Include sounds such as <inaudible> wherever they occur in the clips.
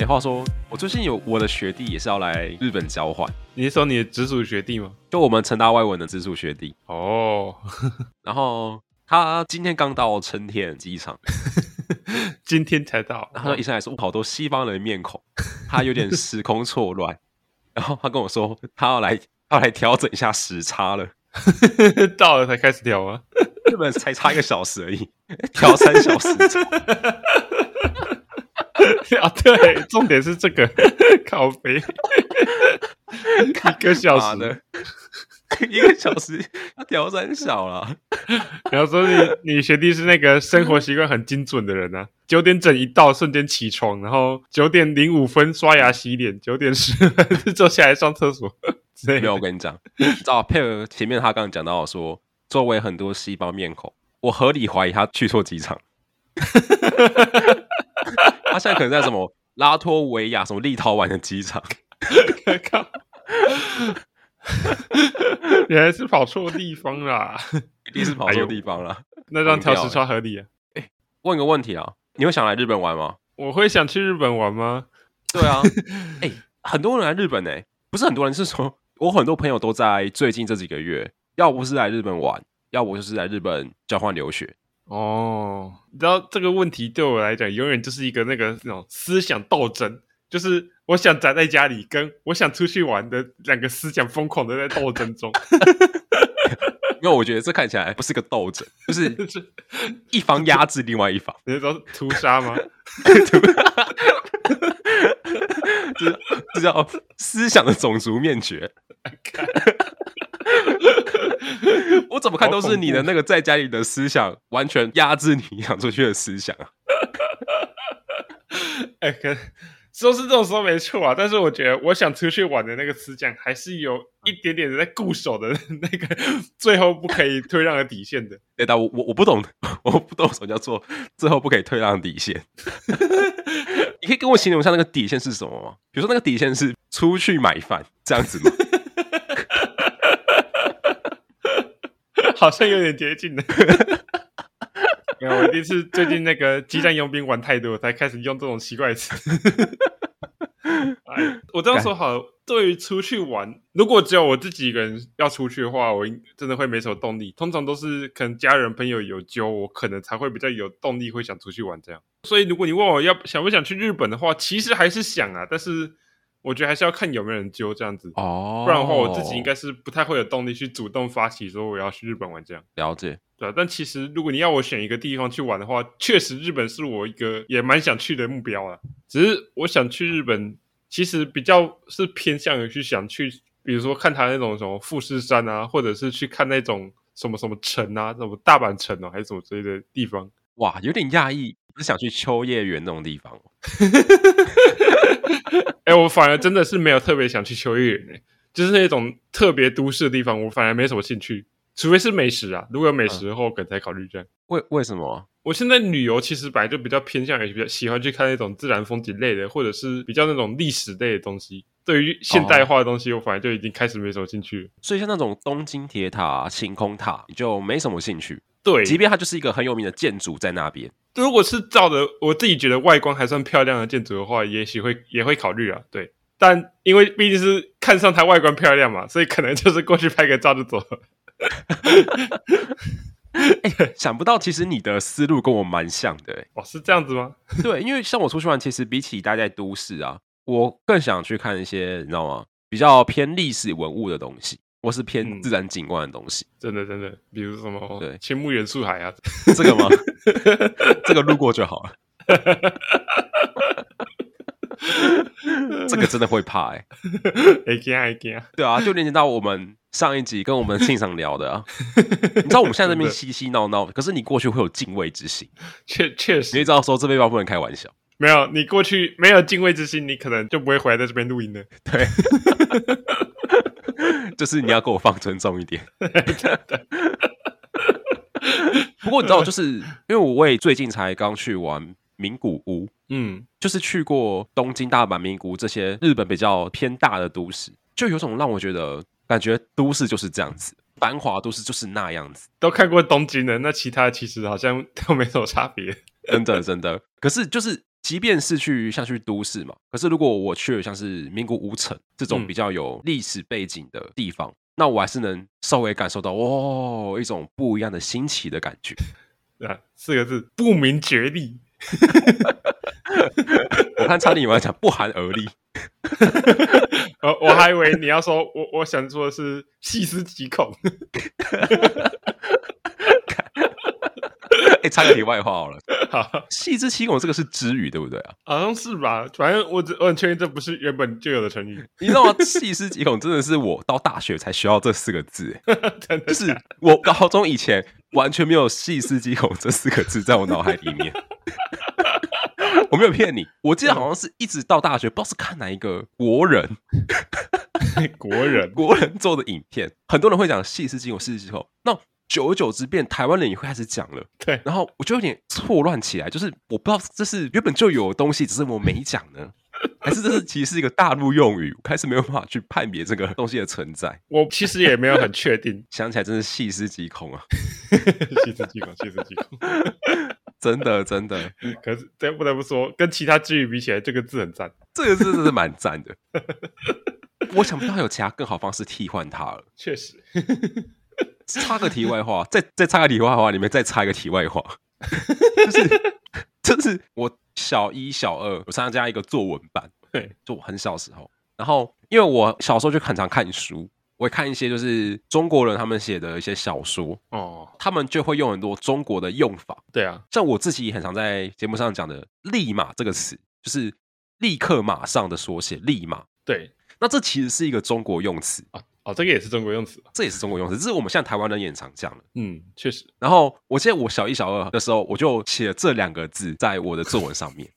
哎、话说，我最近有我的学弟也是要来日本交换，你是说你的直属学弟吗？就我们成大外文的直属学弟，哦， <laughs> 然后他今天刚到成田机场，今天才到，然后他一上来说 <laughs> 好多西方人的面孔，他有点时空错乱，然后他跟我说他要来他要来调整一下时差了， <laughs> 到了才开始聊啊吗？日本才差一个小时而已，哎调三小 <laughs> 时差， <laughs> 啊，对，重点是这个 <laughs> 靠背， <laughs> 一个小妈时的。一个小时要调三小了，然后说你你学弟是那个生活习惯很精准的人啊，九点整一到瞬间起床，然后九点零五分刷牙洗脸，九点十分 <laughs> 就下来上厕所 <laughs> 之类 <laughs> 没有，我的。跟你讲，你知道配合前面他刚刚讲到说，周围很多西方面孔，我合理怀疑他去错机场。 <laughs> 他现在可能在什么拉脱维亚、什么立陶宛的机场， <laughs> 靠， <laughs> 原来是跑错地方啦，一 <laughs> 定是跑错地方了。那让调欸时差合理啊。问个问题啊，你会想来日本玩吗？我会想去日本玩吗？对啊， <laughs> 哎、很多人来日本呢、不是很多人是说，我很多朋友都在最近这几个月，要不是来日本玩，要不就是来日本交换留学。哦，你知道这个问题对我来讲，永远就是一个那个那种思想斗争，就是我想宅在家里，跟我想出去玩的两个思想疯狂的在斗争中。 <laughs> 因为我觉得这看起来不是个斗争，就是一方压制另外一方。你是说屠杀吗？这这叫思想的种族灭绝。 <laughs> 我怎么看都是你的那个在家里的思想完全压制你养出去的思想啊！ <laughs> 哎、可说是这种说没错啊，但是我觉得我想出去玩的那个思想，还是有一点点的在固守的那个最后不可以退让的底线的。对的，但我我我不懂，我不懂什么叫做最后不可以退让底线。 <laughs> 你可以跟我形容一下那个底线是什么吗？比如说那个底线是出去买饭这样子吗？好像有点接近的。没有，我一定是最近那个激战佣兵玩太多，才开始用这种奇怪的词。哎，我这样说好了，对于出去玩，如果只有我自己一个人要出去的话，我应真的会没什么动力。通常都是可能家人朋友有揪我，可能才会比较有动力，会想出去玩这样。所以如果你问我要想不想去日本的话，其实还是想啊，但是我觉得还是要看有没有人揪这样子。哦不然的话，我自己应该是不太会有动力去主动发起说我要去日本玩这样，了解。对啊。但其实如果你要我选一个地方去玩的话，确实日本是我一个也蛮想去的目标啊。只是我想去日本，其实比较是偏向于去想去，比如说看他那种什么富士山啊，或者是去看那种什么什么城啊，什么大阪城哦、还是什么之类的地方。哇，有点讶异，不是想去秋叶原那种地方哦。哎、我反而真的是没有特别想去秋叶原、欸，就是那种特别都市的地方，我反而没什么兴趣，除非是美食啊。如果有美食的话，我可能才考虑这样。为为什么啊？我现在旅游其实本来就比较偏向于比较喜欢去看那种自然风景类的，或者是比较那种历史类的东西。对于现代化的东西，我反而就已经开始没什么兴趣了。所以像那种东京铁塔、啊晴空塔，你就没什么兴趣。对，即便它就是一个很有名的建筑在那边，如果是照的我自己觉得外观还算漂亮的建筑的话，也许会也会考虑啊。对，但因为毕竟是看上它外观漂亮嘛，所以可能就是过去拍个照就走了。想不到其实你的思路跟我蛮像的、欸。哦，是这样子吗？对，因为像我出去玩，其实比起待在都市啊，我更想去看一些你知道吗？比较偏历史文物的东西，或是偏嗯自然景观的东西。真的真的，比如什么对青木原树海啊， <laughs> 这个吗？这个路过就好了。这个真的会怕哎、欸哎惊哎惊，对啊，就连接到我们上一集跟我们现场聊的 <laughs> 啊。你知道我们现在这边真的嬉嬉闹闹，可是你过去会有敬畏之心，确确实你会知道说这地方不能开玩笑。没有你过去没有敬畏之心，你可能就不会回来在这边录音了。对，就是你要给我放尊重一 <laughs> 点。不过你知道，就是因为我也最近才刚去完名古屋，嗯，就是去过东京、大阪、名古屋这些日本比较偏大的都市，就有种让我觉得感觉都市就是这样子，繁华都市就是那样子。都看过东京的，那其他其实好像都没什么差别。真的真的。可是就是即便是去像去都市嘛，可是如果我去了像是名古屋城这种比较有历史背景的地方，那我还是能稍微感受到哦一种不一样的新奇的感觉。啊，四个字不明觉厉。我看差点以为讲不寒而栗， <laughs> 呃，我还以为你要说，我我想说的是细思极恐。哎、插个题外话好了，好，细枝七孔这个是知语对不对啊？好像是吧，反正我只我很确定这不是原本就有的成语， <laughs> 你知道吗？细思极恐真的是我到大学才学到这四个字、欸 <laughs> 真的就是我高中以前完全没有“细思极恐”这四个字在我脑海里面。 <laughs> 我没有骗你，我记得好像是一直到大学，不知道是看哪一个国人国人国人做的影片，很多人会讲“细思极恐”“细思极恐”，那久而久之变台湾人也会开始讲了，对然后我就有点错乱起来，就是我不知道这是原本就有的东西，只是我没讲呢，还是这是其实是一个大陆用语，我开始没有办法去判别这个东西的存在。，我其实也没有很确定 <laughs> 想起来真是细思极恐啊！细思极恐，细思极恐。真的真的，可是这不得不说，跟其他之语比起来，这个字很赞。这个真的是蛮赞的。我想不到还有其他更好方式替换它了。确实， <laughs> 插个题外话，再再插个题外话，里面再插一个题外话，就是 <laughs> 就是我小一小二我参加一个作文班，对，就我很小时候，然后因为我小时候就很常看书，我会看一些就是中国人他们写的一些小说，哦，他们就会用很多中国的用法，对啊，像我自己也很常在节目上讲的“立马”这个词，就是立刻、马上的缩写“立马对”。那这其实是一个中国用词，啊，哦，这个也是中国用词。这也是中国用词，这是我们现在台湾人也很常讲的。嗯，确实，然后我记得我小一、小二的时候，我就写了这两个字在我的作文上 <laughs> 面，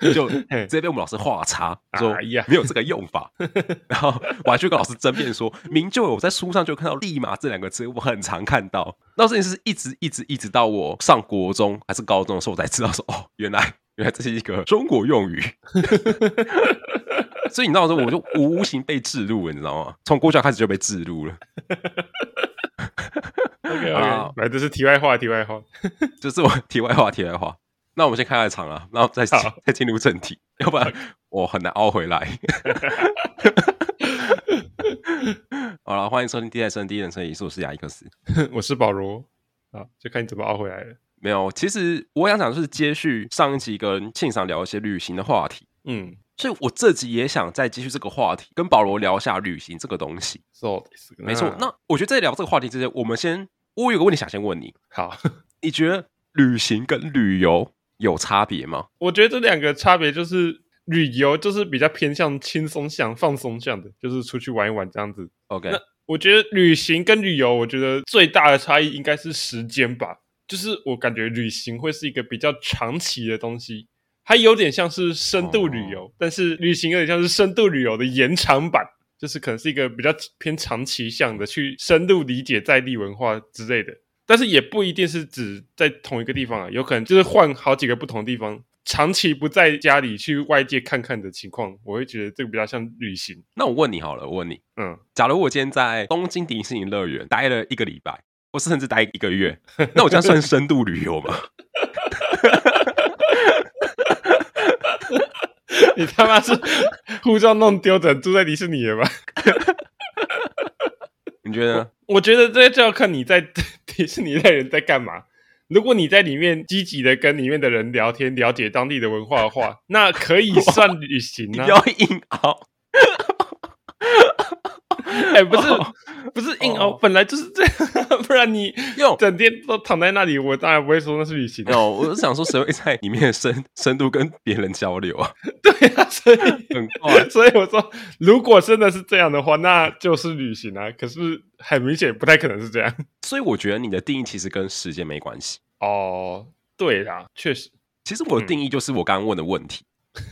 就直接被我们老师画叉，说哎呀没有这个用 <laughs> 法。然后我还去跟老师争辩说，明就有在书上就看到“立马”这两个字，我很常看到。那这件事一直一直一直到我上国中还是高中的时候，我才知道说，哦，原来原来这是一个中国用 <laughs> 语。所以你知道说，我就无形被置入了，你知道吗？从国小开始就被置入了。 OK 啊 OK，来，这是题外话，题外话。就是我 <laughs> 题外话，题外话。那我们先开开场啊了，然后再好 <laughs> 再进入正题，要不然我很难凹回来。 <laughs> 好了，欢迎收听《第二生第一人生》，我是雅伊克斯。 <laughs> 我是保罗，啊，就看你怎么熬回来了。没有，其实我想讲就是接续上一集跟庆赏聊一些旅行的话题，嗯所以我这集也想再继续这个话题，跟保罗聊一下旅行这个东西。 ，so this，哦没错，那我觉得在聊这个话题之前，我们先我有个问题想先问你，好， <laughs> 你觉得旅行跟旅游有差别吗？我觉得这两个差别就是旅游就是比较偏向轻松向、放松向的，就是出去玩一玩这样子。 ？OK，那我觉得旅行跟旅游，我觉得最大的差异应该是时间吧。就是我感觉旅行会是一个比较长期的东西，它有点像是深度旅游，但是旅行有点像是深度旅游的延长版，就是可能是一个比较偏长期向的，去深入理解在地文化之类的。但是也不一定是指在同一个地方啊，有可能就是换好几个不同地方，长期不在家里去外界看看的情况，我会觉得这个比较像旅行。那我问你好了，我问你，嗯，假如我今天在东京迪士尼乐园待了一个礼拜，或是甚至待一个 <laughs> 月，那我这样算深度旅游吗？ <laughs> <laughs> 你他妈是护照弄丢的，住在迪士尼了吧？你觉得呢？ <laughs> 我觉得这就要看你在 <laughs> 迪士尼的人在干嘛。如果你在里面积极的跟里面的人聊天，了解当地的文化的话，那可以算旅行你不 <laughs> 啊。要硬凹，哎、不是不是硬 <laughs> 凹，哦本来就是这样， <laughs> 不然你哟整天都躺在那里，我当然不会说那是旅行啊没。有，哦我是想说谁会在里面深深度跟别人交流啊？对啊，所以，很怪 <laughs> 所以我说，如果真的是这样的话，那就是旅行啊。可是很明显不太可能是这样。 <laughs> 所以我觉得你的定义其实跟时间没关系。哦，对啦，确实，其实我的定义就是我刚刚问的问题，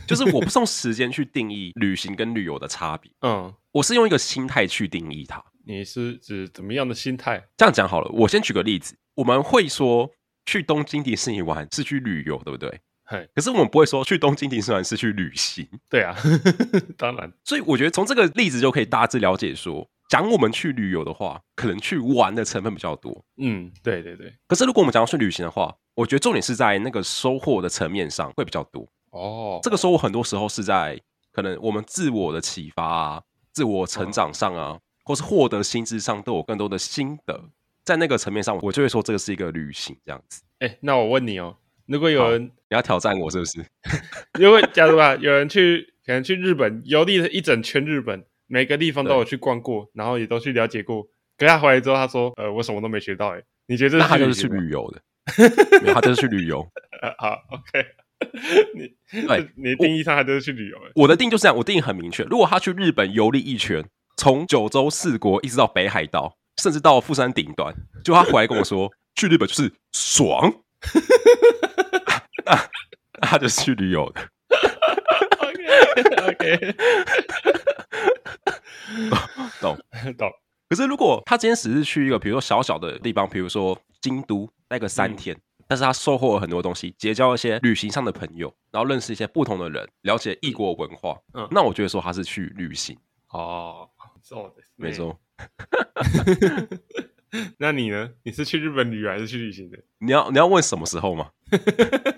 就是我不是用时间去定义旅行跟旅游的差别，嗯，我是用一个心态去定义它。你是指怎么样的心态？这样讲好了，我先举个例子，我们会说去东京迪士尼玩是去旅游，对不对？嘿，可是我们不会说去东京迪士尼玩是去旅行，对啊， <laughs> 当然，所以我觉得从这个例子就可以大致了解说，讲我们去旅游的话，可能去玩的成分比较多。嗯，对对对，可是如果我们讲要去旅行的话，我觉得重点是在那个收获的层面上会比较多。哦，这个时候我很多时候是在可能我们自我的启发啊、自我成长上啊，或是获得心智上都有更多的心得，在那个层面上，我就会说这个是一个旅行这样子。哎，那我问你哦，如果有好人，你要挑战我是不是？ <laughs> 如果假如啊，有人去可能去日本游历了一整圈日本，每个地方都对有去逛过，然后也都去了解过，可是他回来之后，他说，呃，我什么都没学到，哎，你觉得这那他就是去旅行吗旅游的，没有他就是去旅游。呃好，OK，你对你的定义上他就是去旅 <laughs> 游，哎我的定义就是这样，我定义很明确。如果他去日本游历一圈，从九州四国一直到北海道，甚至到富山顶端，就他回来跟我说去日本就是爽， <laughs> 那那他就是去旅游的。 ，OK OK， <laughs> 懂 <laughs> 懂，可是如果他今天只是去一个比如说小小的地方，比如说京都待个三天，但是他收获了很多东西，结交一些旅行上的朋友，然后认识一些不同的人，了解异国文化，嗯那我觉得说他是去旅行，哦，そうですね没。错。那你呢？你是去日本旅游还是去旅行的？你要你要问什么时候吗？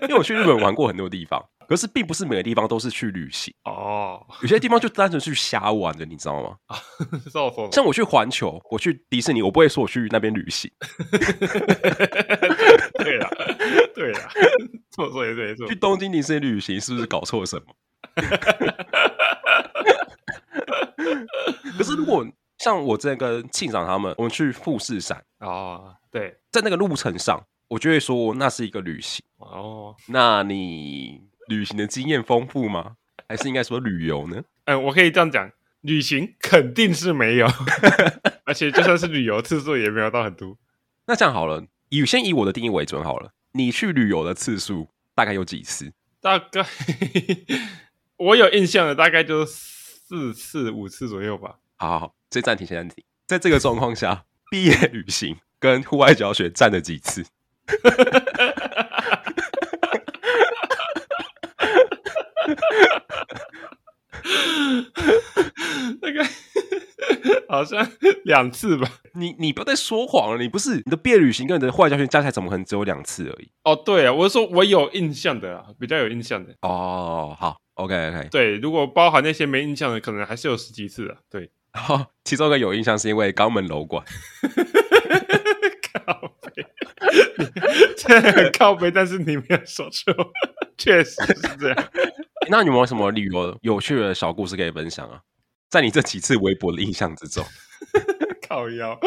因为我去日本玩过很多地方，可是并不是每个地方都是去旅行， <laughs> 哦，有些地方就单纯去瞎玩的，你知道吗？そうそうそう。像我去环球，我去迪士尼，我不会说我去那边旅行，对啦，对啦， <laughs> 这么说也对，这么去东京迪士尼旅行是不是搞错了什么？可是如果像我之前跟庆长他们，我们去富士山，哦，对，在那个路程上，我就会说那是一个旅行。哦，那你旅行的经验丰富吗？还是应该说旅游呢？嗯，我可以这样讲，旅行肯定是没有， <laughs> 而且就算是旅游次数也没有到很多。那这样好了，以先以我的定义为准好了。你去旅游的次数大概有几次？大概 <laughs> 我有印象的大概就四次五次左右吧。好好好，先暂停，先暂停。在这个状况下，毕业旅行跟户外教学占了几次？ <laughs> 大概好像两次吧。你你不要再说谎了，你不是你的毕业旅行跟你的户外教学加起来怎么可能只有两次而已？哦，对啊，我是说我有印象的啊啦，比较有印象的。哦，好，OK OK。对，如果包含那些没印象的，可能还是有十几次的。对， <laughs> 然后其中一个有印象是因为肛门楼管，靠背， <laughs> 这很靠背，但是你没有说错，确实是这样。那你有没有什么旅游有趣的小故事可以分享啊？在你这几次微博的印象之中， <laughs> 靠腰，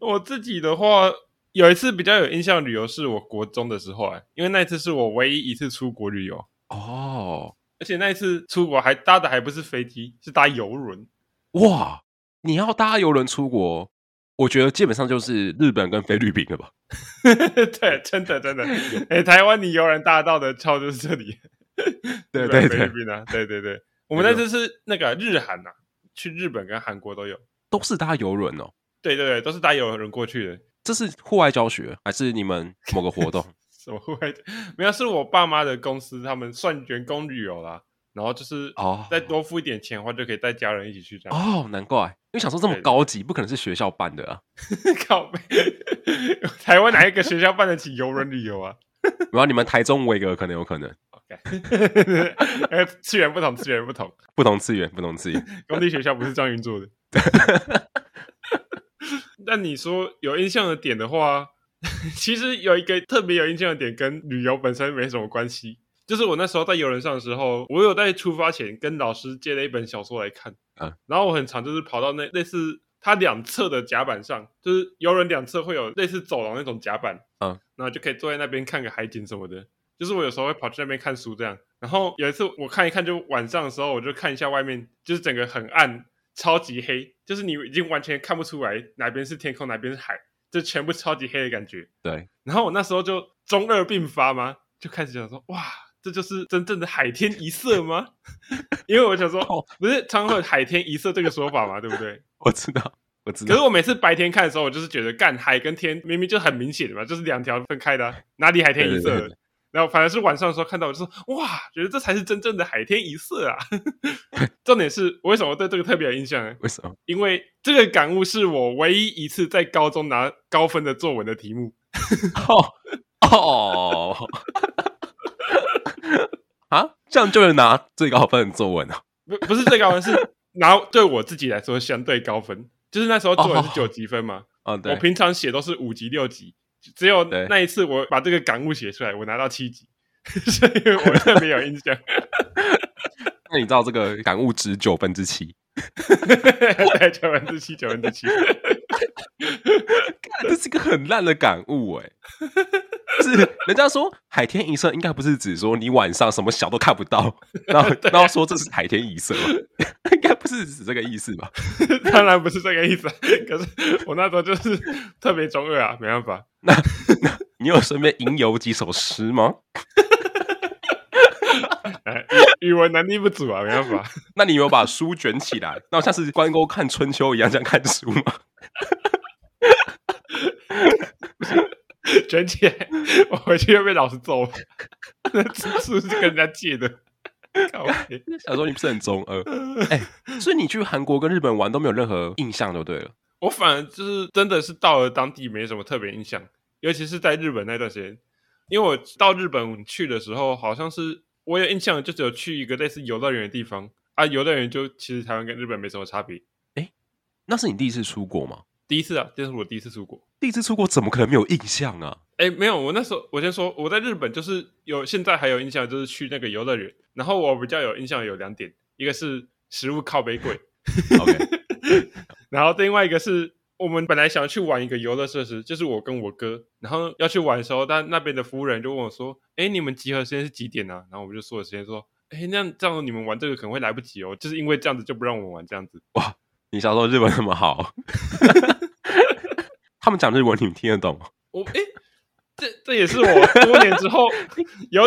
我自己的话，有一次比较有印象的旅游是我国中的时候、哎，因为那一次是我唯一一次出国旅游，哦，而且那一次出国还搭的还不是飞机，是搭游轮。 <laughs> 哇，你要搭游轮出国，我觉得基本上就是日本跟菲律宾 <laughs> 了吧？对，真的真的，哎、台湾你游轮搭到的超就是这里，对日本对菲对律宾啊，对对对，我们那次是那个日韩呐、去日本跟韩国都有，都是搭游轮哦。对对对，都是搭游轮过去的。 <laughs> 这是户外教学还是你们某个活动？什么户外？ <laughs> 没有，是我爸妈的公司，他们算员工旅游啦，然后就是哦再多付一点钱的话，就可以带家人一起去这样。哦，难怪，因为想说这么高级，不可能是学校办的啊。 <laughs> 靠背， <laughs> 台湾哪一个学校办得起游轮旅游啊然后你们台中维格可能有可能？OK，哎， <laughs> 次元不同，次元不同，不同次元，不同次元。公立学校不是这样运作的。 <laughs> 那你说有印象的点的话， <laughs> 其实有一个特别有印象的点跟旅游本身没什么关系，就是我那时候在游轮上的时候，我有在出发前跟老师借了一本小说来看，嗯然后我很常就是跑到那类似它两侧的甲板上，就是游轮两侧会有类似走廊那种甲板，嗯，然后就可以坐在那边看个海景什么的。就是我有时候会跑去那边看书这样。然后有一次我看一看，就晚上的时候我就看一下外面，就是整个很暗，超级黑，就是你已经完全看不出来哪边是天空，哪边是海，就全部超级黑的感觉。对，然后我那时候就中二病发嘛，就开始想说，哇，这就是真正的海天一色吗？ <laughs> 因为我想说哦，不是常会有海天一色这个说法嘛，对不对？我知道，我知可是道。我每次白天看的时候，我就是觉得干海跟天明明就很明显的嘛，就是两条分开的啊、哪里海天一色对对对的然后反而是晚上的时候看到，我就说哇，觉得这才是真正的海天一色啊！ <laughs> 重点是我为什么对这个特别有印象呢？啊为什么？因为这个感悟是我唯一一次在高中拿高分的作哦文的题目。哦哦， <laughs> 啊，这样就能拿最高分的作文啊？不不是最高分，是拿对我自己来说相对高分，就是那时候作哦文是九级分嘛，啊，我对，平常写都是五级六级，只有对那一次我把这个感悟写出来，我拿到七级， <laughs> <laughs> 所以我特别有印象。那你知道这个感悟值九分之七，对，九分之七，九分之七， <laughs> 干这是一个很烂的感悟哎、是人家说海天一色，应该不是指说你晚上什么小都看不到，然后然后说这是海天一色吧， <laughs> 应该不是指这个意思吧？当然不是这个意思，可是我那时候就是特别中二啊，没办法。你有身边吟游几首诗吗？哎，语语文能力不足啊，没办法。那你有没有把书卷起来，那像是关公看春秋一样这样看书吗？ <laughs> 卷起来，我回去又被老师揍了。 <laughs> 那是不是跟人家借的？ <laughs> 靠北想说你不是很中二，哎、所以你去韩国跟日本玩都没有任何印象就对了。我反而就是真的是到了当地没什么特别印象，尤其是在日本那段时间，因为我到日本去的时候，好像是我有印象，就只有去一个类似游乐园的地方啊，游乐园就其实台湾跟日本没什么差别。那是你第一次出国吗？第一次啊，这是我第一次出国。第一次出国怎么可能没有印象啊？哎，没有，我那时候我先说，我在日本就是有现在还有印象，就是去那个游乐园，然后我比较有印象有两点，一个是食物靠背柜， OK，然后另外一个是我们本来想要去玩一个游乐设施，就是我跟我哥，然后要去玩的时候，但那边的服务人就问我说：“哎，你们集合时间是几点啊？”然后我们就说了时间，说：“哎，那样这样你们玩这个可能会来不及哦，就是因为这样子就不让我们玩这样子。你小时候日文那么好， <laughs> 他们讲日文你们听得懂吗？我”哎，这这也是我多年之后 有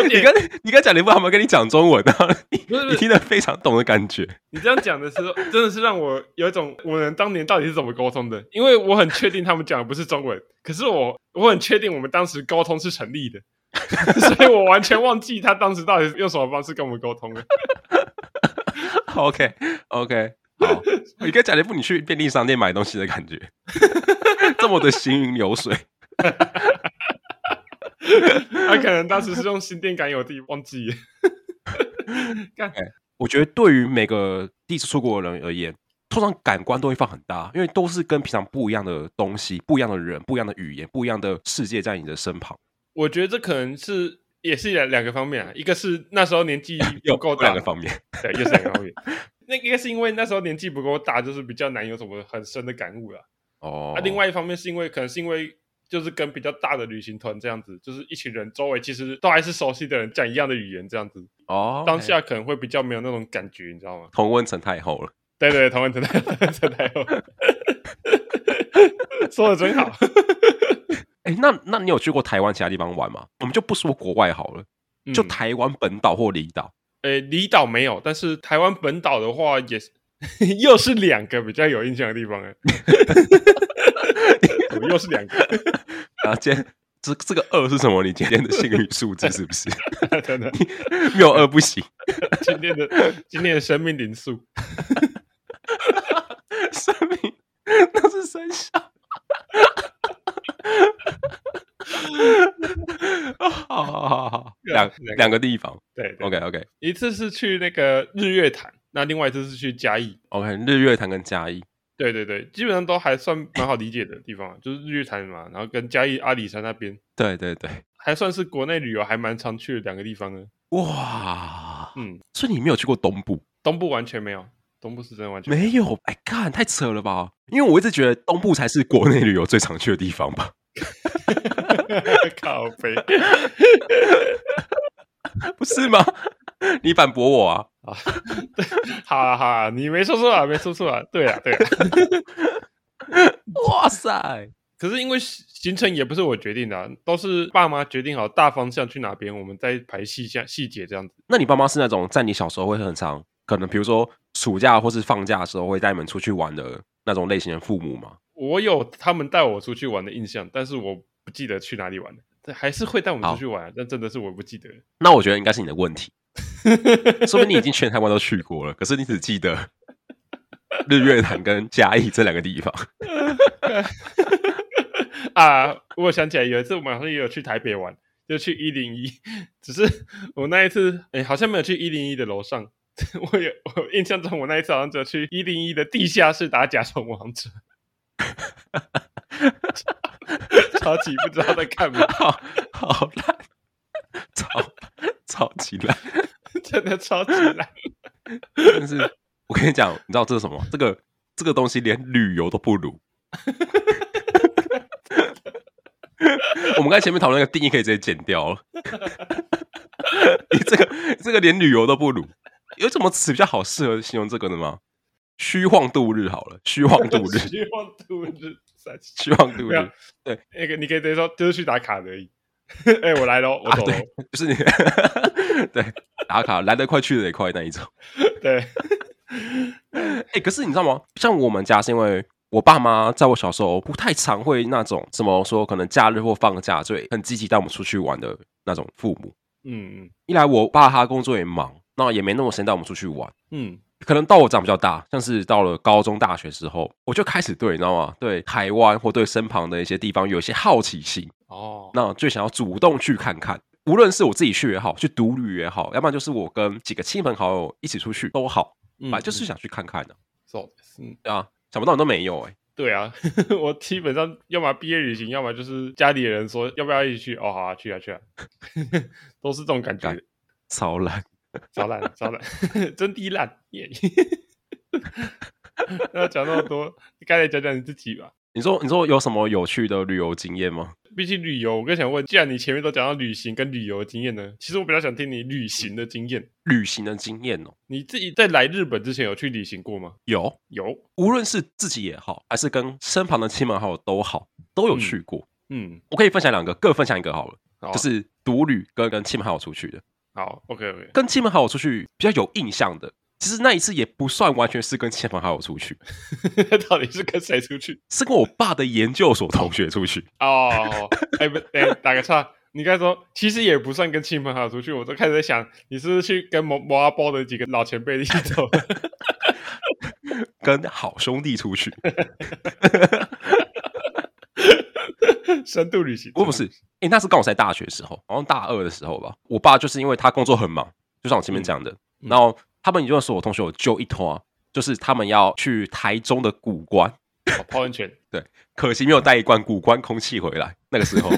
<laughs> 你点跟你跟讲你不他们跟你讲中文啊，你不是不你是听得非常懂的感觉。你这样讲的时候，真的是让我有一种我们当年到底是怎么沟通的？因为我很确定他们讲的不是中文，可是我我很确定我们当时沟通是成立的， <laughs> 所以我完全忘记他当时到底是用什么方式跟我们沟通了。 OK OK，好，你跟讲一部你去便利商店买东西的感觉， <laughs> 这么的行云流水。他可能当时是用心电感应，我自己忘记了。我觉得对于每个第一次出国的人而言，通常感官都会放很大，因为都是跟平常不一样的东西、不一样的人、不一样的语言、不一样的世界在你的身旁。我觉得这可能是也是两两个方面啊，一个是那时候年 <laughs> 纪有不够大啊两个，方面，对，又是两个方面。 <laughs> 那应该是因为那时候年纪不够大，就是比较难有什么很深的感悟了。哦啊，另外一方面是因为可能是因为就是跟比较大的旅行团这样子，就是一群人周围其实都还是熟悉的人讲一样的语言这样子，哦，当下可能会比较没有那种感觉，你知道吗？同温层太厚了。对对，同文陈太陈太后 <laughs> 说的真好。哎，那那你有去过台湾其他地方玩吗？我们就不说国外好了，就嗯台湾本岛或离岛。呃，离岛没有，但是台湾本岛的话也是。 <laughs> 又是两个比较有印象的地方哎，怎 <laughs> 么又是两个？然后今天这这个二是什么？你今天的幸运数字是不是 <laughs> <laughs> 真的，没有二不 <laughs> 行？今天的今天的生命灵数，生命那是生肖。 <laughs> 好好好好，两两个两个地方对对，OK OK 一次是去那个日月潭，那另外一次是去嘉义。 OK，日月潭跟嘉义，对对对，基本上都还算蛮好理解的地方啊，就是日月潭嘛，然后跟嘉义阿里山那边，对对对，还算是国内旅游还蛮常去的两个地方呢。哇，嗯，所以你没有去过东部？东部完全没有，东部是真的完全没有，哎，看太扯了吧！因为我一直觉得东部才是国内旅游最常去的地方吧。 <laughs> 有， <laughs> 靠背不是吗？ <laughs> 你反驳我啊！啊，对，好啊好啊，你没说错啊，没说错啊，对啊对 <laughs> 啊。 <laughs> 哇塞，可是因为行行程也不是我决定的啊、都是爸妈决定好大方向去哪边，我们再排细项细节这样子。那你爸妈是那种在你小时候会很常，可能比如说暑假或是放假的时候会带你们出去玩的那种类型的父母吗？我有他们带我出去玩的印象，但是我不记得去哪里玩了。但还是会带我们好出去玩啊，但真的是我不记得了。 <laughs> 那我觉得应该是你的问题，说明你已经全台湾都去过了，可是你只记 <laughs> 得日月潭跟嘉义这两个地方。啊，我想起来有一次我们好像也有去台北玩，就去一零一。只是我那一次，哎、好像没有去一零一的楼上。 <laughs> 我有，我印象中我那一次好像只有去一零一的地下室打甲虫王者， <laughs> 超级不知道在干嘛，好好烂， <laughs> 超超级烂，真的超级烂。但是我跟你讲，你知道这是什么？这个这个东西连旅游都不如。我们刚才前面讨论那个定义可以直接剪掉了，你这个你这个连旅游都不如，有什么词比较好适合形容这个的吗？虚晃度日好了，虚晃度日， <laughs> 希望度日三七虚晃度没有日，那哎个你可以直接说就是去打卡的而已。 <laughs> 哎、我来喽，我啊走喽、对就是你 <laughs> 对打卡来得快去得也快那一种。对，哎、可是你知道吗？像我们家是因为我爸妈在我小时候不太常会那种什么说可能假日或放假，所以很积极带我们出去玩的那种父母。嗯嗯一来我爸他工作也忙，那也没那么时间带我们出去玩。嗯，可能到我长比较大，像是到了高中、大学之后，我就开始对你知道吗？对台湾或对身旁的一些地方有一些好奇心，哦，那就想要主动去看看。无论是我自己去也好，去独旅也好，要不然就是我跟几个亲朋好友一起出去都好，嗯反正就是想去看看的、走，嗯，对啊，想不到你都没有哎、对啊， <laughs> 我基本上要么毕业旅行，要么就是家里的人说要不要一起去，哦，好啊，去啊去 <laughs> 啊，都是这种感觉干，超烂。超烂超烂， <laughs> 真的烂耶。 <laughs> 那讲那么多，该来讲讲你自己吧。你说，你说有什么有趣的旅游经验吗？毕竟旅游，我更想问，既然你前面都讲到旅行跟旅游的经验呢，其实我比较想听你旅行的经验。旅行的经验哦，你自己在来日本之前有去旅行过吗？有，有，无论是自己也好，还是跟身旁的亲朋好友都好，都有去过。嗯，我可以分享两个，各分享一个好了，好啊就是独旅跟跟亲朋好友出去的。好，OK <laughs> OK，跟亲朋好友出去比较有印象的，其实那一次也不算完全是跟亲朋好友出去， <laughs> 到底是跟谁出去？是跟我爸的研究所同学出去。哦，哎不，哎打个岔，你刚才说其实也不算跟亲朋好友出去，我都开始在想，你是不是去跟某某阿包的几个老前辈一 <laughs> 起走？跟好兄弟出去，深度旅行？我不是，诶、那是刚好在大学时候，好像大二的时候吧。我爸就是因为他工作很忙，就像我前面讲的，嗯然后他们研究所有同学有揪一团、就是他们要去台中的古关，哦泡温泉，可惜没有带一罐古关空气回来。那个时 <laughs> 候，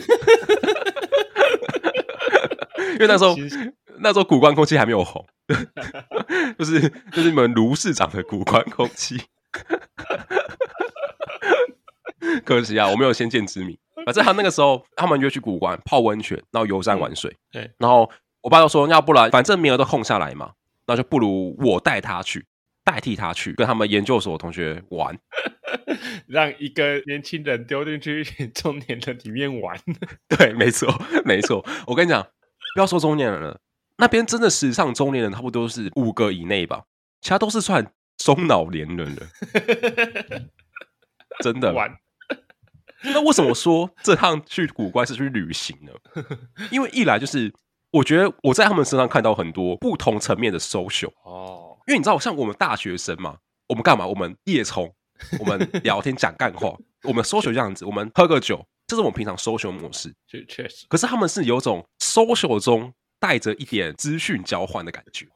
因为那时候其实那时候古关空气还没有红， <laughs> 就是就是你们卢市长的古关空气。可惜啊，我没有先见之明。反正他那个时候，他们约去古关泡温泉，然后游山玩水。嗯对然后我爸就说，要不然反正名额都空下来嘛，那就不如我带他去，代替他去跟他们研究所同学玩。让一个年轻人丢进去 <laughs> 中年人里面玩， <laughs> 对，没错，没错。我跟你讲，不要说中年人了，那边真的时尚中年人差不多是五个以内吧，其他都是算中老年人了，真的。玩那为什么说这趟去古关是去旅行呢？因为一来就是我觉得我在他们身上看到很多不同层面的 social，哦，因为你知道，像我们大学生嘛，我们干嘛？我们夜冲，我们聊天讲干话， <laughs> 我们 social 这样子，我们喝个酒，这是我们平常 social 模式。确确实， <laughs> 可是他们是有种 social 中带着一点资讯交换的感觉。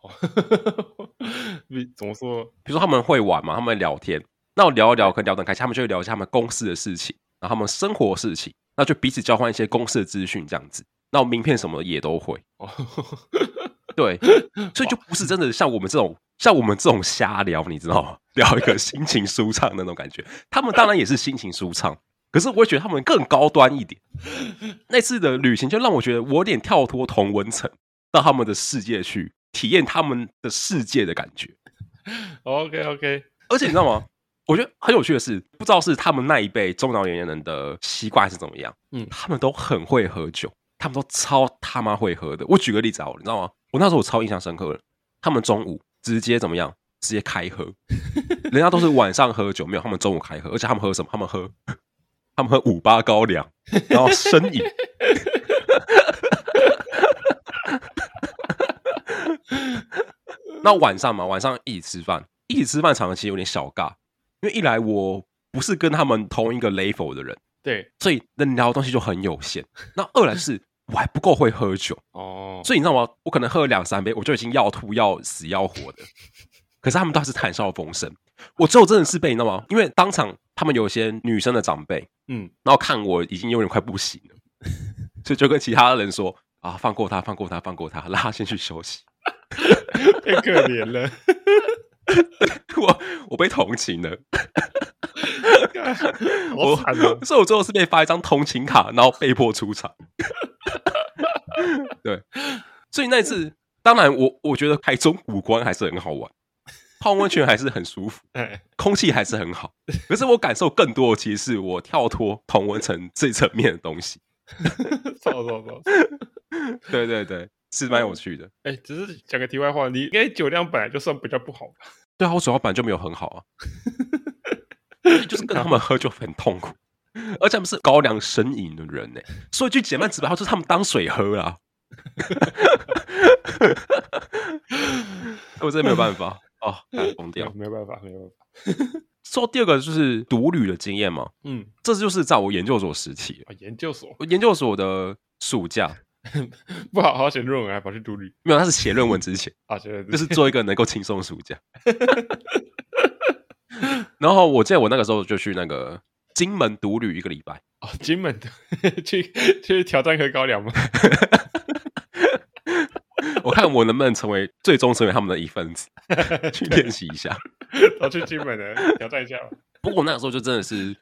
你怎么说？比如说他们会玩嘛，他们会聊天，那我聊一聊，可能聊得很开心，他们就会聊一下他们公司的事情，然后他们生活的事情，那就彼此交换一些公司的资讯，这样子。那我名片什么的也都会，哦，对，所以 <laughs> 就不是真的像我们这种像我们这种瞎聊，你知道吗？ <laughs> 聊一个心情舒畅的那种感觉。他们当然也是心情舒畅，可是我会觉得他们更高端一点。那次的旅行就让我觉得我有点跳脱同温层，到他们的世界去体验他们的世界的感觉。 OK OK，而且你知道吗？我觉得很有趣的是，不知道是他们那一辈中老年人的习惯还是怎么样，嗯他们都很会喝酒，他们都超他妈会喝的。我举个例子啊，你知道吗？我那时候我超印象深刻的，他们中午直接怎么样？直接开喝，人家都是晚上喝酒，没有他们中午开喝，而且他们喝什么？他们喝，他们喝五八高粱，然后生饮，那晚上嘛，晚上一起吃饭，一起吃饭场合其实有点小尬，因为一来我不是跟他们同一个 level 的人，对，所以能聊的东西就很有限。那二来是我还不够会喝酒，哦，所以你知道吗？我可能喝了两三杯，我就已经要吐要死要活的。可是他们都还是谈笑风生。我最后真的是被你知道吗？因为当场他们有一些女生的长辈，嗯，然后看我已经有点快不行了，所以就跟其他人说啊，放过他，放过他，放过他，让他先去休息。 <laughs> <laughs> 太可怜了。我我被同情了，我我惨哦了，所以我最后是被发一张同情卡，然后被迫出场。对，所以那一次，当然我我觉得台中古关还是很好玩，泡温泉还是很舒服，哎，空气还是很好。可是我感受更多的其实是我跳脱同温层这层面的东西。操操操！对对对，是蛮有趣的。哎，只是讲个题外话，你应该酒量本来就算比较不好吧？对啊，我手摇板就没有很好啊，所以 <laughs> 就是跟啊他们喝就很痛苦，而且他们是高粱生饮的人呢、说一句简单直白话，就是他们当水喝啦。 <laughs> 我真的没有办法哦，干疯掉。没有办法，没有办法。说第二个就是独旅的经验嘛，嗯，这就是在我研究所时期了，啊研究所我研究所的暑假不好好写论文，还跑去读旅没有，那是写论文之前，啊，写的就是做一个能够轻松的暑假。 <laughs> 然后我记得我那个时候就去那个金门独旅一个礼拜。哦，金门的去去挑战喝高粱吗？ <laughs> 我看我能不能成为最终成为他们的一份子，去练习一下。我去金门的挑战一下吧。不过我那个时候就真的是，因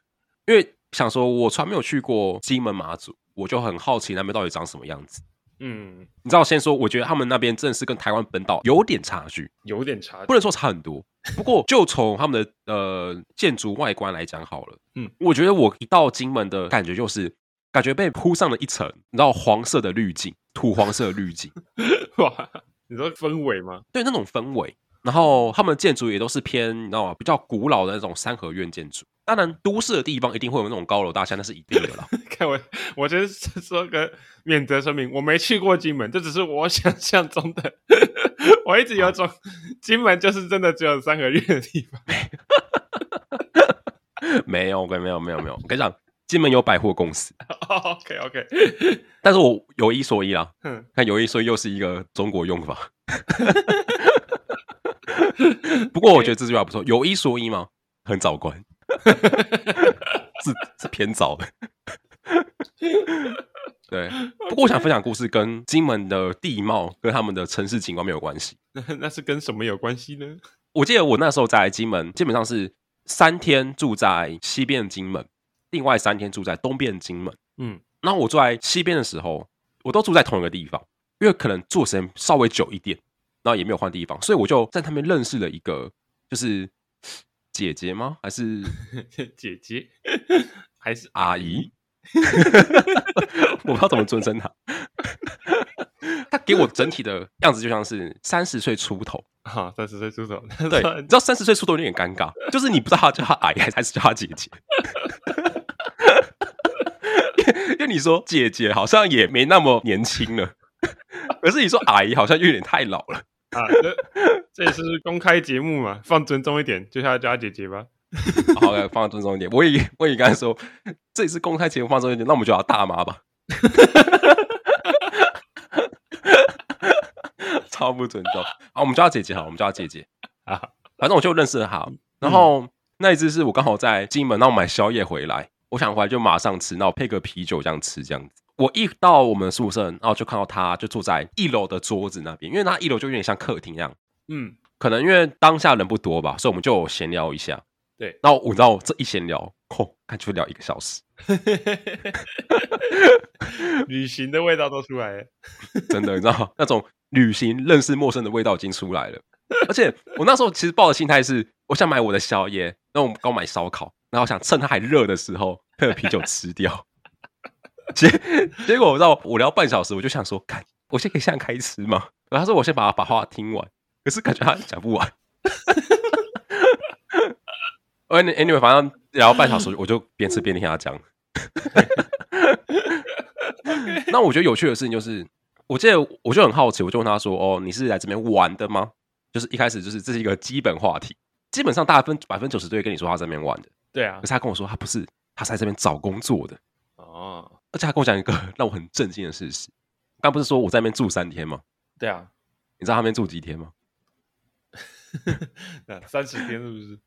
为想说我从来没有去过金门马祖，我就很好奇那边到底长什么样子。嗯，你知道，先说，我觉得他们那边真的是跟台湾本岛有点差距，有点差不能说差很多。不过，就从他们的呃建筑外观来讲好了，嗯，我觉得我一到金门的感觉就是，感觉被铺上了一层，你知道黄色的滤镜，土黄色的滤镜，哇！你说氛围吗？对那种氛围。然后他们的建筑也都是偏你知道吗？比较古老的那种三合院建筑。当然，都市的地方一定会有那种高楼大厦，那是一定的啦。 <laughs> 看我， <laughs> 我觉得说个免责声明，我没去过金门，这只是我想象中的。 <laughs> 我一直有种金门就是真的只有三合院的地方。 <laughs> 没有，没有，没有，没有。我跟你讲，金门有百货公司，Oh, OK OK， <laughs> 但是我有一说一啦，嗯，看有一说一又是一个中国用法。 <laughs> 不过我觉得这句话不错，有一说一嘛，很早关，是是偏早的。对，不过我想分享故事跟金门的地貌跟他们的城市景观没有关系。那那是跟什么有关系呢？我记得我那时候在金门，基本上是三天住在西边的金门，另外三天住在东边的金门。嗯， <laughs> 那我住在西边的时候，我都住在同一个地方，因为可能住时间稍微久一点，然后也没有换地方，所以我就在那边认识了一个，就是姐姐吗？还是姐姐还是阿姨？ <laughs> 我不知道怎么尊称她。 <laughs> 她给我整体的样子就像是三十岁出头，啊，三十岁出头， <laughs> <laughs> 对，你知道三十岁出头有点尴尬，就是你不知道他叫他阿姨还是还是叫他姐姐。 <laughs> 因为你说姐姐好像也没那么年轻了，可是你说阿姨好像又有点太老了。啊，这这也是公开节目嘛，放尊重一点，就叫她姐姐吧。好，来放尊重一点。我以我以刚才说这里是公开节目放松一点，那我们就叫她大妈吧。 <laughs> 超不尊重。好，我们叫她姐姐好了，我们叫她姐姐啊啊。反正我就认识了她。然后、那一次是我刚好在金门，然后买宵夜回来，我想回来就马上吃，然后配个啤酒这样吃这样子。我一到我们宿舍，然后就看到她就坐在一楼的桌子那边，因为她一楼就有点像客厅一样。嗯， <laughs> 可能因为当下人不多吧，所以我们就有闲聊一下。对，然后我知道这一闲聊，吼，看就聊一个小时，旅行的味道都出来了。真的，你知道那种旅行认识陌生的味道已经出来了。而且我那时候其实抱的心态是，我想买我的宵夜，那我们刚买烧烤，然后想趁它还热的时候配啤酒吃掉。结结果我知道我聊半小时，我就想说，看我先可以现在开吃吗？然后他说我先把把话听完，可是感觉他讲不完。Any- anyway，反正聊半小时，我就边吃边听他讲。 <laughs> 那我觉得有趣的事情就是，我记得我就很好奇，我就问他说：“哦，你是来这边玩的吗？”就是一开始就是这是一个基本话题，基本上大分百分之九十都会跟你说他在那边玩的，对啊可是，他跟我说他不是，他是在这边找工作的。哦，而且他跟我讲一个 <laughs> 让我很震惊的事实，刚不是说我在那边住三天吗？对啊，你知道他那边住几天吗？那三十天是不 <laughs> 是？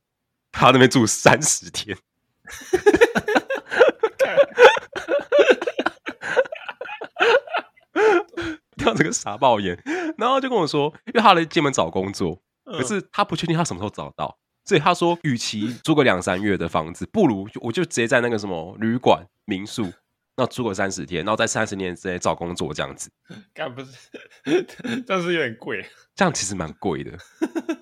他那边住三十天， <laughs> 掉这个傻爆眼，然后就跟我说，因为他来金门找工作， <laughs> 嗯可是他不确定他什么时候找到，所以他说，与其租个两三月的房子，不如就我就直接在那个什么旅馆、民宿，那租个三十天，然后在三十年之内找工作这样子。嗯干不是，但是有点贵。这样其实蛮贵的。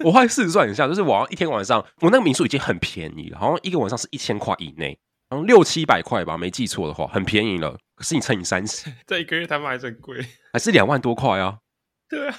我后来试算一下，就是我好像一天晚上，我那个民宿已经很便宜了，好像一个晚上是一千块以内，然后六七百块吧，没记错的话，很便宜了。可是你乘以三十，这一个月他们还是很贵。还是两万多块啊，对啊，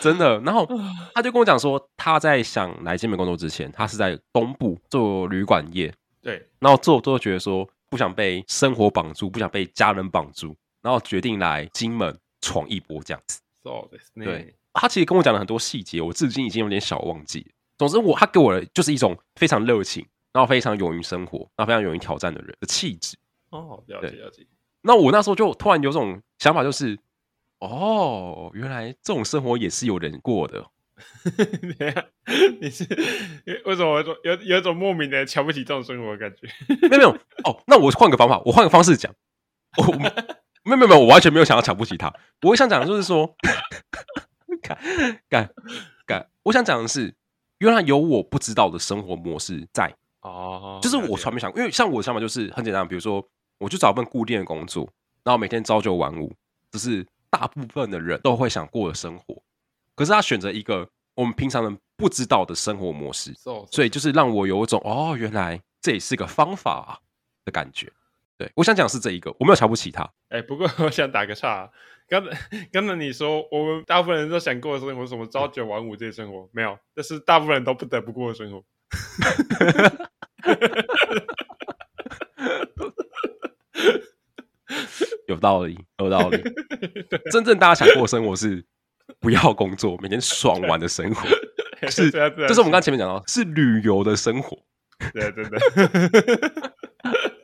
真的。然后他就跟我讲说，他在想来金门工作之前，他是在东部做旅馆业，对，然后做做觉得说不想被生活绑住，不想被家人绑住，然后决定来金门闯一波这样子。そうですね。对，他其实跟我讲了很多细节，我至今已经有点小忘记了。总之我，他给我的就是一种非常热情，然后非常勇于生活，然后非常勇于挑战的人的气质。哦，了解对了解。 <laughs> 那我那时候就突然有种想法，就是哦，原来这种生活也是有人过的。等一下，啊你是为什么有一种有有一种莫名的瞧不起这种生活的感觉？没有没有哦，那我换个方法，我换个方式讲。我我没有没有没有，我完全没有想要瞧不起他。我想讲的就是说， <laughs> 干干干，我想讲的是，原来有我不知道的生活模式在。哦就是我从来没想过，因为像我的想法就是很简单，比如说我就找一份固定的工作，然后每天朝九晚五，这是大部分的人都会想过的生活。可是他选择一个我们平常人不知道的生活模式， so 所以就是让我有一种哦，原来这也是个方法、啊、的感觉。对我想讲的是这一个，我没有瞧不起他，哎、不过 <laughs> 我想打个岔，刚才刚才你说我们大部分人都想过的生活，什么朝九晚五这些生活没有，这是大部分人都不得不过的生活。有道理，有道 <laughs> 理。真正大家想过的生活是不要工作，每天爽玩的生活，是， <laughs> 对啊对啊，这是我们刚才前面讲到，是旅游的生活。对啊真的。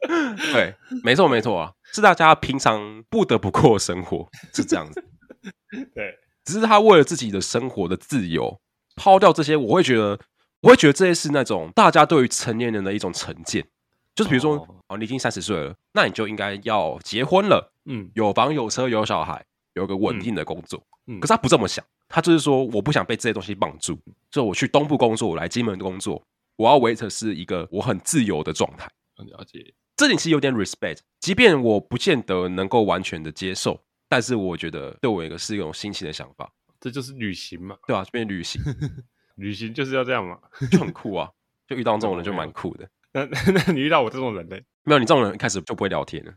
<laughs> 对，没错没错啊，是大家平常不得不过的生活是这样子。 <laughs> 对，只是他为了自己的生活的自由，抛掉这些，我会觉得，我会觉得这些是那种大家对于成年人的一种成见，就是比如说，哦哦你已经三十岁了，那你就应该要结婚了，嗯有房有车有小孩，有个稳定的工作。嗯可是他不这么想，他就是说，我不想被这些东西绑住，所以我去东部工作，我来金门工作，我要维持是一个我很自由的状态。很了解。这点其实有点 respect，即便我不见得能够完全的接受，但是我觉得对我一个是一种新奇的想法，这就是旅行嘛，对吧、啊？这边旅行旅行就是要这样嘛。就很酷啊， <laughs> 就遇到这种人就蛮酷的。那 <laughs> 那你遇到我这种人呢？没有你这种人一开始就不会聊天了，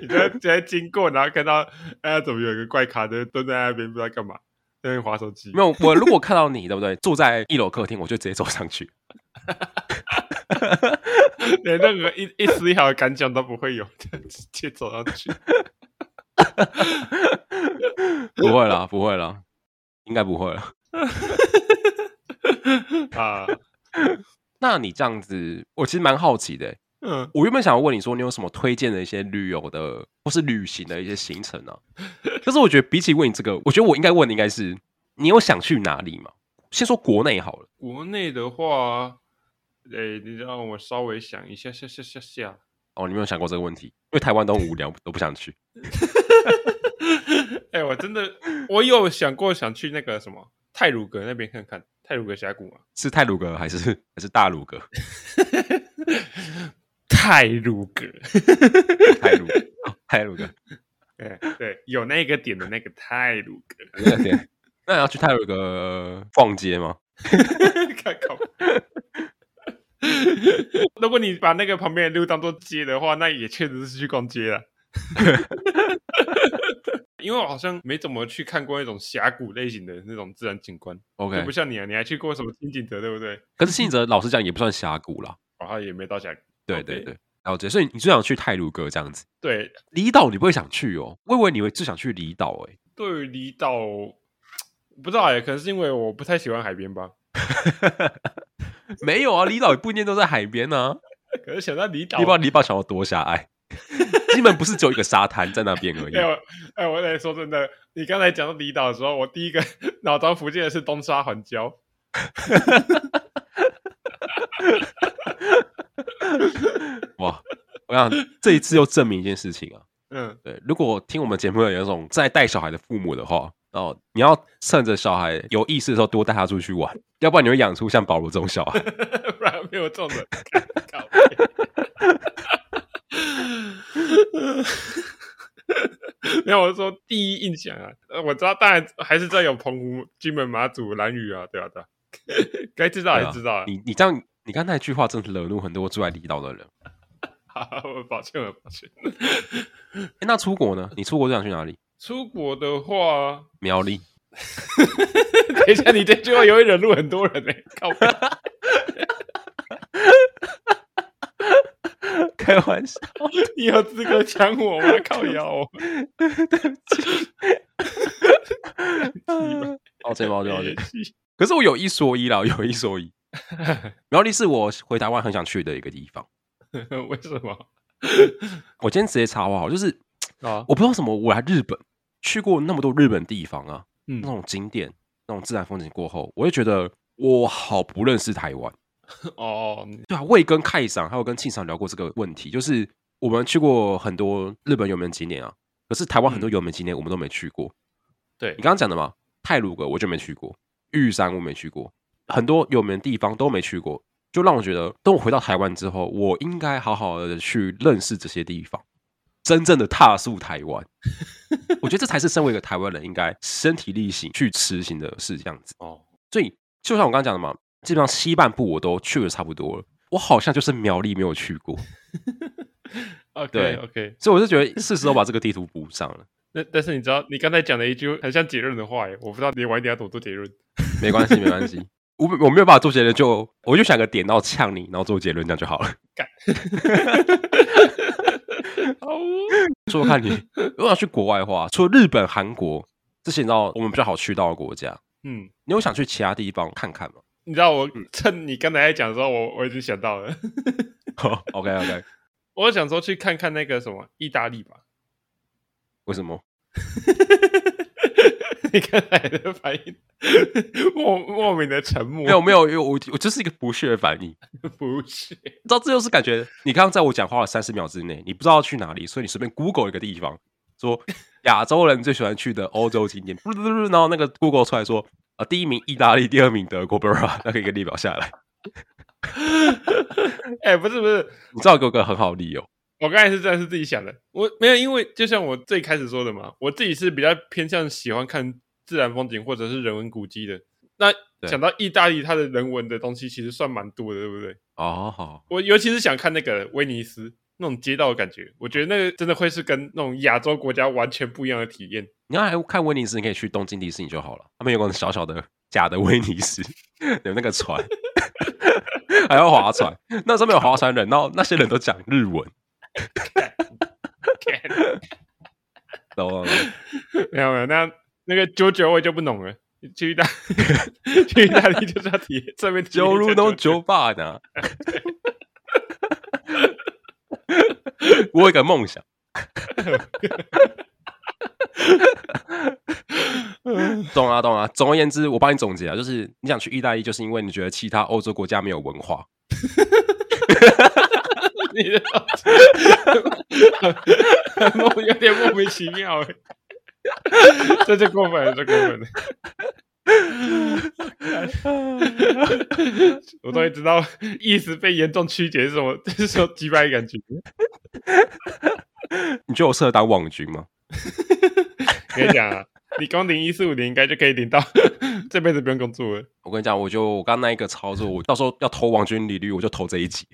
你在在经过，然后看到哎，怎么有一个怪咖的蹲在那边不知道干嘛，在那边划手机没。有我如果看到你，对不对？ <laughs> 坐在一楼客厅，我就直接走上去。连任何一一丝一毫的感想都不会有，就直接走上去。不会啦，不会啦，应该不会啦。啊，那你这样子，我其实蛮好奇的欸。 <laughs> 嗯，我原本想要问你说，你有什么推荐的一些旅游的或是旅行的一些行程啊？但是我觉得比起问你这个，我觉得我应该问的应该是你有想去哪里吗？先说国内好了，国内的话，诶，你让我稍微想一下下下下下，哦，你没有想过这个问题，因为台湾都很无聊，都不想去。哎，我真的我有想过想去那个什么泰鲁阁那边看看泰鲁阁峡谷嘛，是泰鲁格还是还是大鲁格？泰鲁阁，泰鲁格泰鲁 <laughs> 格，哎，对，有那个点的那个泰鲁阁，那点那你要去泰鲁格逛街吗？ <laughs> 看靠。如果你把那个旁边的路当做街的话，那也确实是去逛街了。 <laughs> 因为我好像没怎么去看过那种峡谷类型的那种自然景观就 OK，不像你啊，你还去过什么金景泽，对不对？可是信哲老实讲也不算峡谷啦。然哦后也没到峡谷。对 OK 对对，了解。所以你最想去泰鲁格这样子，对，离岛你不会想去哦？我以为你会最想去离岛欸诶、对于离岛，不知道哎，可能是因为我不太喜欢海边吧。没有啊，离岛也不一定都在海边啊。可是想到离岛你，不知道离岛想要多狭隘，金门不是只有一个沙滩在那边而已哎、。我哎、我得说真的，你刚才讲到离岛的时候，我第一个 <laughs> 脑中浮现的是东沙环礁。哇，我想这一次又证明一件事情啊，嗯， <laughs> 对，如果听我们节目的有一种在带小孩的父母的话，哦，你要趁着小孩有意识的时候多带他出去玩，要不然你会养出像保罗这种小 <laughs> 孩。不然没有中的。靠 <laughs> 没有，我是说第一印象啊，呃我知道，当然还是在有澎湖、金门、马祖、兰屿啊，对啊，对啊， <laughs> 该知道还是知道啊。你你这样，你刚才那句话真的惹怒很多住在离岛的人。好，我抱歉，我抱歉。诶那出国呢？你出国最想去哪里？出国的话， <laughs> 苗栗。等一下，你这句话也会惹怒很多人呢、欸靠背， <laughs> 开玩笑，你有资格抢我 <laughs> 吗？靠腰哦、抱歉抱歉抱了歉 <laughs> 解。。可是我有一说一啦，有一说一，苗栗是我回台湾很想去的一个地方。为什么我今天直接插话好，就是啊？我不知道什么，我来日本去过那么多日本地方啊，嗯那种景点、那种自然风景过后，我就觉得我好不认识台湾。哦，你对啊，魏跟凯赏还有跟庆赏聊过这个问题，就是我们去过很多日本有名景点啊，可是台湾很多有名景点我们都没去过。嗯对你，刚刚讲的嘛，泰鲁阁我就没去过，玉山我没去过，很多有名的地方都没去过，就让我觉得，等我回到台湾之后，我应该好好的去认识这些地方，真正的踏入台 <laughs> 湾。我觉得这才是身为一个台湾人应该身体力行去执行的事，这样子。哦，所以，就像我刚刚讲的嘛，基本上西半部我都去的差不多了，我好像就是苗栗没有去过，对 OK OK，所以我就觉得是时候把这个地图补上了。那但是你知道，你刚才讲的一句很像结论的话耶，我不知道你晚一点要怎么做结论。没关系，没关系。我我没有办法做结论，就我就想个点，然后呛你，然后做结论，这样就好了。好哦，说说看你，如果要去国外的话，除了日本、韩国这些你知道我们比较好去到的国家，嗯，你有想去其他地方看看吗 <laughs> 你知道我趁你刚才在讲的时候，我我已经想到了， <laughs> ？OK OK，我想说去看看那个什么意大利吧。为什么？ <laughs> 你刚才的反应莫莫名的沉默，没有没有，因为我我就是一个不屑的反应，你不是？知 <laughs> 道这就是感觉你刚刚在我讲话的三十秒之内，你不知道要去哪里，所以你随便 Google 一个地方，说亚洲人最喜欢去的欧洲景点， <laughs> 然后那个 Google 出来说，呃，第一名意大利，第二名德国，不是那个一个列表下来。哎、不是不是，你知道给我个很好的理由，我刚才是真的是自己想的，我没有，因为就像我最开始说的嘛，我自己是比较偏向喜欢看自然风景或者是人文古迹的。那对讲到意大利，它的人文的东西其实算蛮多的，对不对？哦，好，我尤其是想看那个威尼斯那种街道的感觉，我觉得那个真的会是跟那种亚洲国家完全不一样的体验。你要还看威尼斯，你可以去东京迪士尼就好了。他们有个小小的假的威尼斯，有那个船， <laughs> 还要划船。那上面有划船人，然后那些人都讲日文， <laughs> 懂懂懂？ <laughs> 没有没有，那那个九九味就不浓了。去意大 <laughs> 去意大利就是要体验这边九如浓东酒吧呢？我有一个梦想，懂啊懂啊。总而言之，我帮你总结啊，就是你想去意大利，就是因为你觉得其他欧洲国家没有文化，你的莫有点莫名其妙哎， <laughs> 这就过分了，这过分了。我终于知道意思被严重曲解是什么， <laughs> 这是什么击败的感觉。你觉得我适合当网军吗？跟你讲啊，你光领一四五零应该就可以领到 <laughs> 这辈子不用工作了。我跟你讲，我就我刚那一个操作，我到时候要投王军李律，我就投这一集。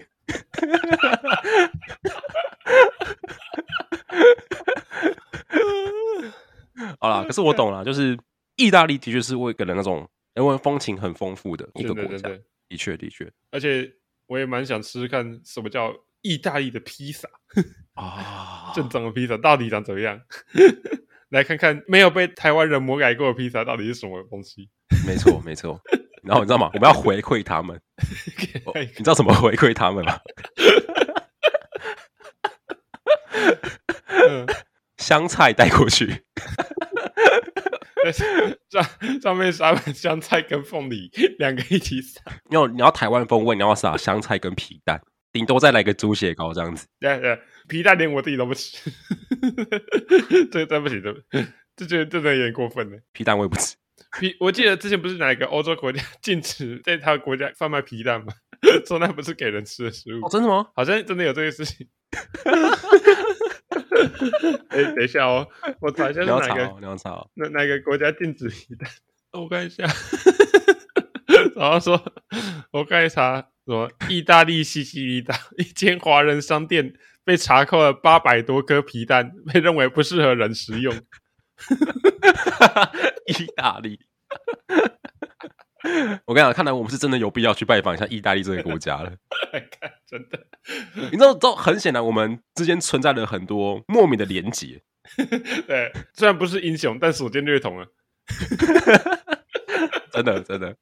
好啦，可是我懂了，就是意大利的确是会给人那种人文风情很丰富的一个国对对对家，对，的确的确而且我也蛮想吃吃看什么叫意大利的披萨。 <laughs> 啊，正宗的披萨到底长怎么样？ <laughs> 来看看没有被台湾人魔改过的披萨到底是什么东西？没错没错。 <laughs> 然后你知道吗？我们要回馈他们，我你知道怎么回馈他们吗？嗯香菜带过去，上上面撒满香菜跟凤梨，两个一起撒。要你要台湾风味，你要撒香菜跟皮蛋，顶多再来个猪血糕这样子。对对，皮蛋连我自己都不吃， <laughs> 这对不起，对不起，这这这这有点过分了。皮蛋我也不吃，皮，我记得之前不是哪一个欧洲国家禁止在他的国家贩卖皮蛋吗？ <laughs> 说那不是给人吃的食物哦，，真的吗？好像真的有这个事情。哎、等一下哦，我查一下你是要哪查个哦，你要查哦。哪哪个国家禁止皮蛋？ <laughs> 我看一下，然后说，我刚才查什么？意大利西西里岛一间华人商店被查扣了八百多颗皮蛋，被认为不适合人食用。 <laughs> <laughs> 意大利。我跟你讲，看来我们是真的有必要去拜访一下意大利这个国家了。 <laughs> 哎看，真的，你知道，知道很显然，我们之间存在了很多莫名的连结。对，虽然不是英雄，但所见略同啊。真的，真的，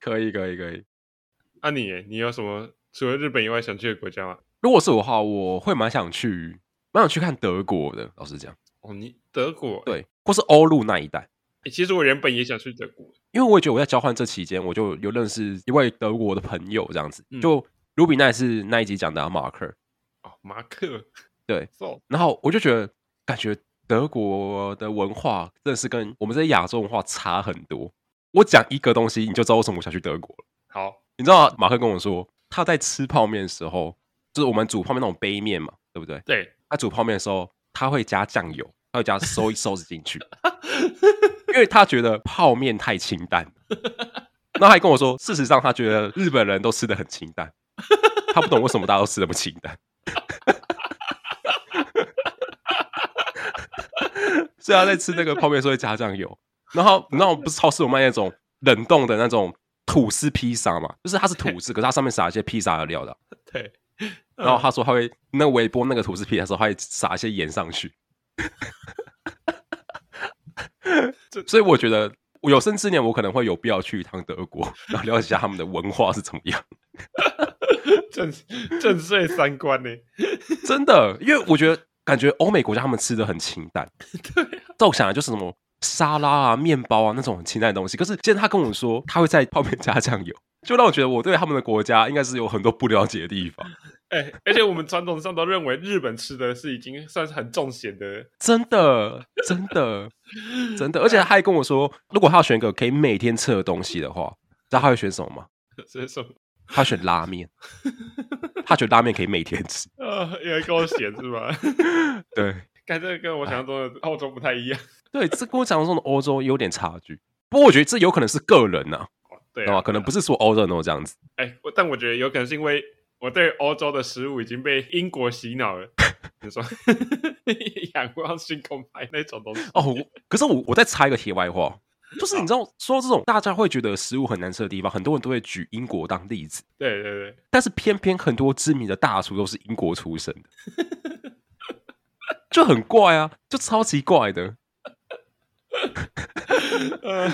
可以，可以，可以。 <laughs> 啊你耶，你有什么除了日本以外想去的国家吗？如果是我的话，我会蛮想去，蛮想去看德国的。老实讲，哦，你德国，哎对，或是欧陆那一带，诶其实我原本也想去德国，因为我也觉得我在交换这期间，我就有认识一位德国的朋友，这样子。嗯就卢比奈是那一集讲的、啊、马克，哦，马克，对， so, 然后我就觉得，感觉德国的文化真的是跟我们这些亚洲文化差很多。我讲一个东西，你就知道为什么我想去德国了。好，你知道马克跟我说，他在吃泡面的时候，就是我们煮泡面那种杯面嘛，对不对？对，他煮泡面的时候，他会加酱油，他会加收一收子进去，因为他觉得泡面太清淡。然后还跟我说，事实上他觉得日本人都吃的很清淡，他不懂为什么大家都吃的不清淡。所以他在吃那个泡面的时候会加酱油，然后然后不是超市有卖那种冷冻的那种吐司披萨嘛，就是它是吐司，可是它上面撒一些披萨的料啊的，对，然嗯后他说他会那微波那个吐司皮的时候，他会撒一些盐上 <laughs> 去。所以我觉得我有生之年我可能会有必要去一趟德国，然后了解一下他们的文化是怎么样。 <laughs> 震震碎三观呢。真的，因为我觉得感觉欧美国家他们吃的很清淡， <laughs> 对啊，照想来就是什么沙拉啊、面包啊那种很清淡的东西。可是现在他跟我说他会在泡面加酱油，就让我觉得我对他们的国家应该是有很多不了解的地方。哎、而且我们传统上都认为日本吃的是已经算是很重咸的，真的，真的，真的，而且他还跟我说，如果他要选一个可以每天吃的东西的话，你知道他会选什么吗？是什么？他选拉面，他觉得拉面可以每天吃。啊，因为够咸是吧？ <laughs> 对，看这个跟我想象中哎的澳洲不太一样。对，这跟我想象中的欧洲有点差距。不过我觉得这有可能是个人呐、啊，哦对对吧？啊，可能不是说欧洲人都这样子。哎、我但我觉得有可能是因为我对欧洲的食物已经被英国洗脑了。你说 <laughs> 仰望星空派那种东西，哦，我可是我我再插一个题外话，就是你知道说这种大家会觉得食物很难吃的地方，很多人都会举英国当例子，对对对，但是偏偏很多知名的大厨都是英国出生的，就很怪啊，就超级怪的。 <laughs> 呃，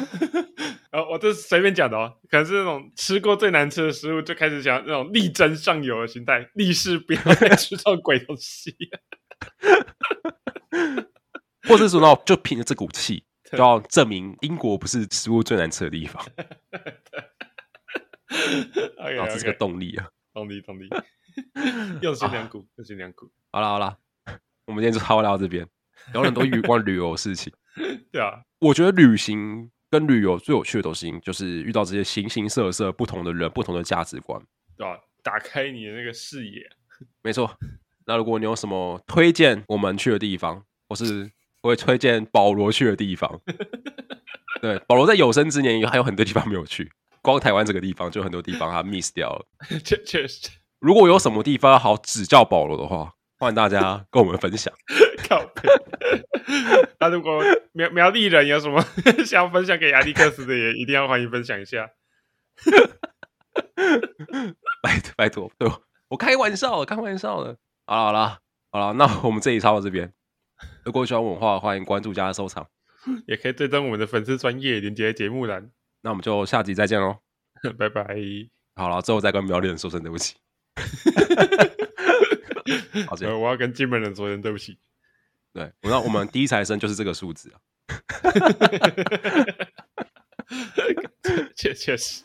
呃，我这是随便讲的哦，可能是那种吃过最难吃的食物，就开始想那种力争上游的心态，立誓不要再吃这种鬼东西。 <laughs> 或者是说到就凭着这股气，就 <laughs> 对要证明英国不是食物最难吃的地方， OK 啊，这是个 OK，动力啊。懂你懂你，用心 <laughs> 良苦，用心良苦，好啦好啦，我们今天就差不多聊到这边，聊了很多有关旅游 <laughs> 的事情。对啊，我觉得旅行跟旅游最有趣的东西，就是遇到这些形形色色、不同的人、不同的价值观。对啊，打开你的那个视野， <laughs> 没错。那如果你有什么推荐我们去的地方，或是我会推荐保罗去的地方，对，保罗在有生之年有还有很多地方没有去，光台湾这个地方就很多地方他 miss 掉了。确确实，如果有什么地方好指教保罗的话，欢迎大家跟我们分享。靠背。那如果苗苗栗人有什么 <laughs> 想要分享给亚历克斯的，也一定要欢迎分享一下。拜托拜托，对我我开玩笑的，开玩笑的。好了好了好了，那我们这一插到这边。如果喜欢我们的话，欢迎关注加收藏。也可以追踪我们的粉丝专业连接节目栏。 <laughs> 那我们就下集再见喽。拜拜。好了，最后再跟苗栗人说声对不起。 <laughs> 好这样呃，我要跟金门人说声对 <laughs> 不起。对，我让我们第一材生就是这个数字啊。确确实。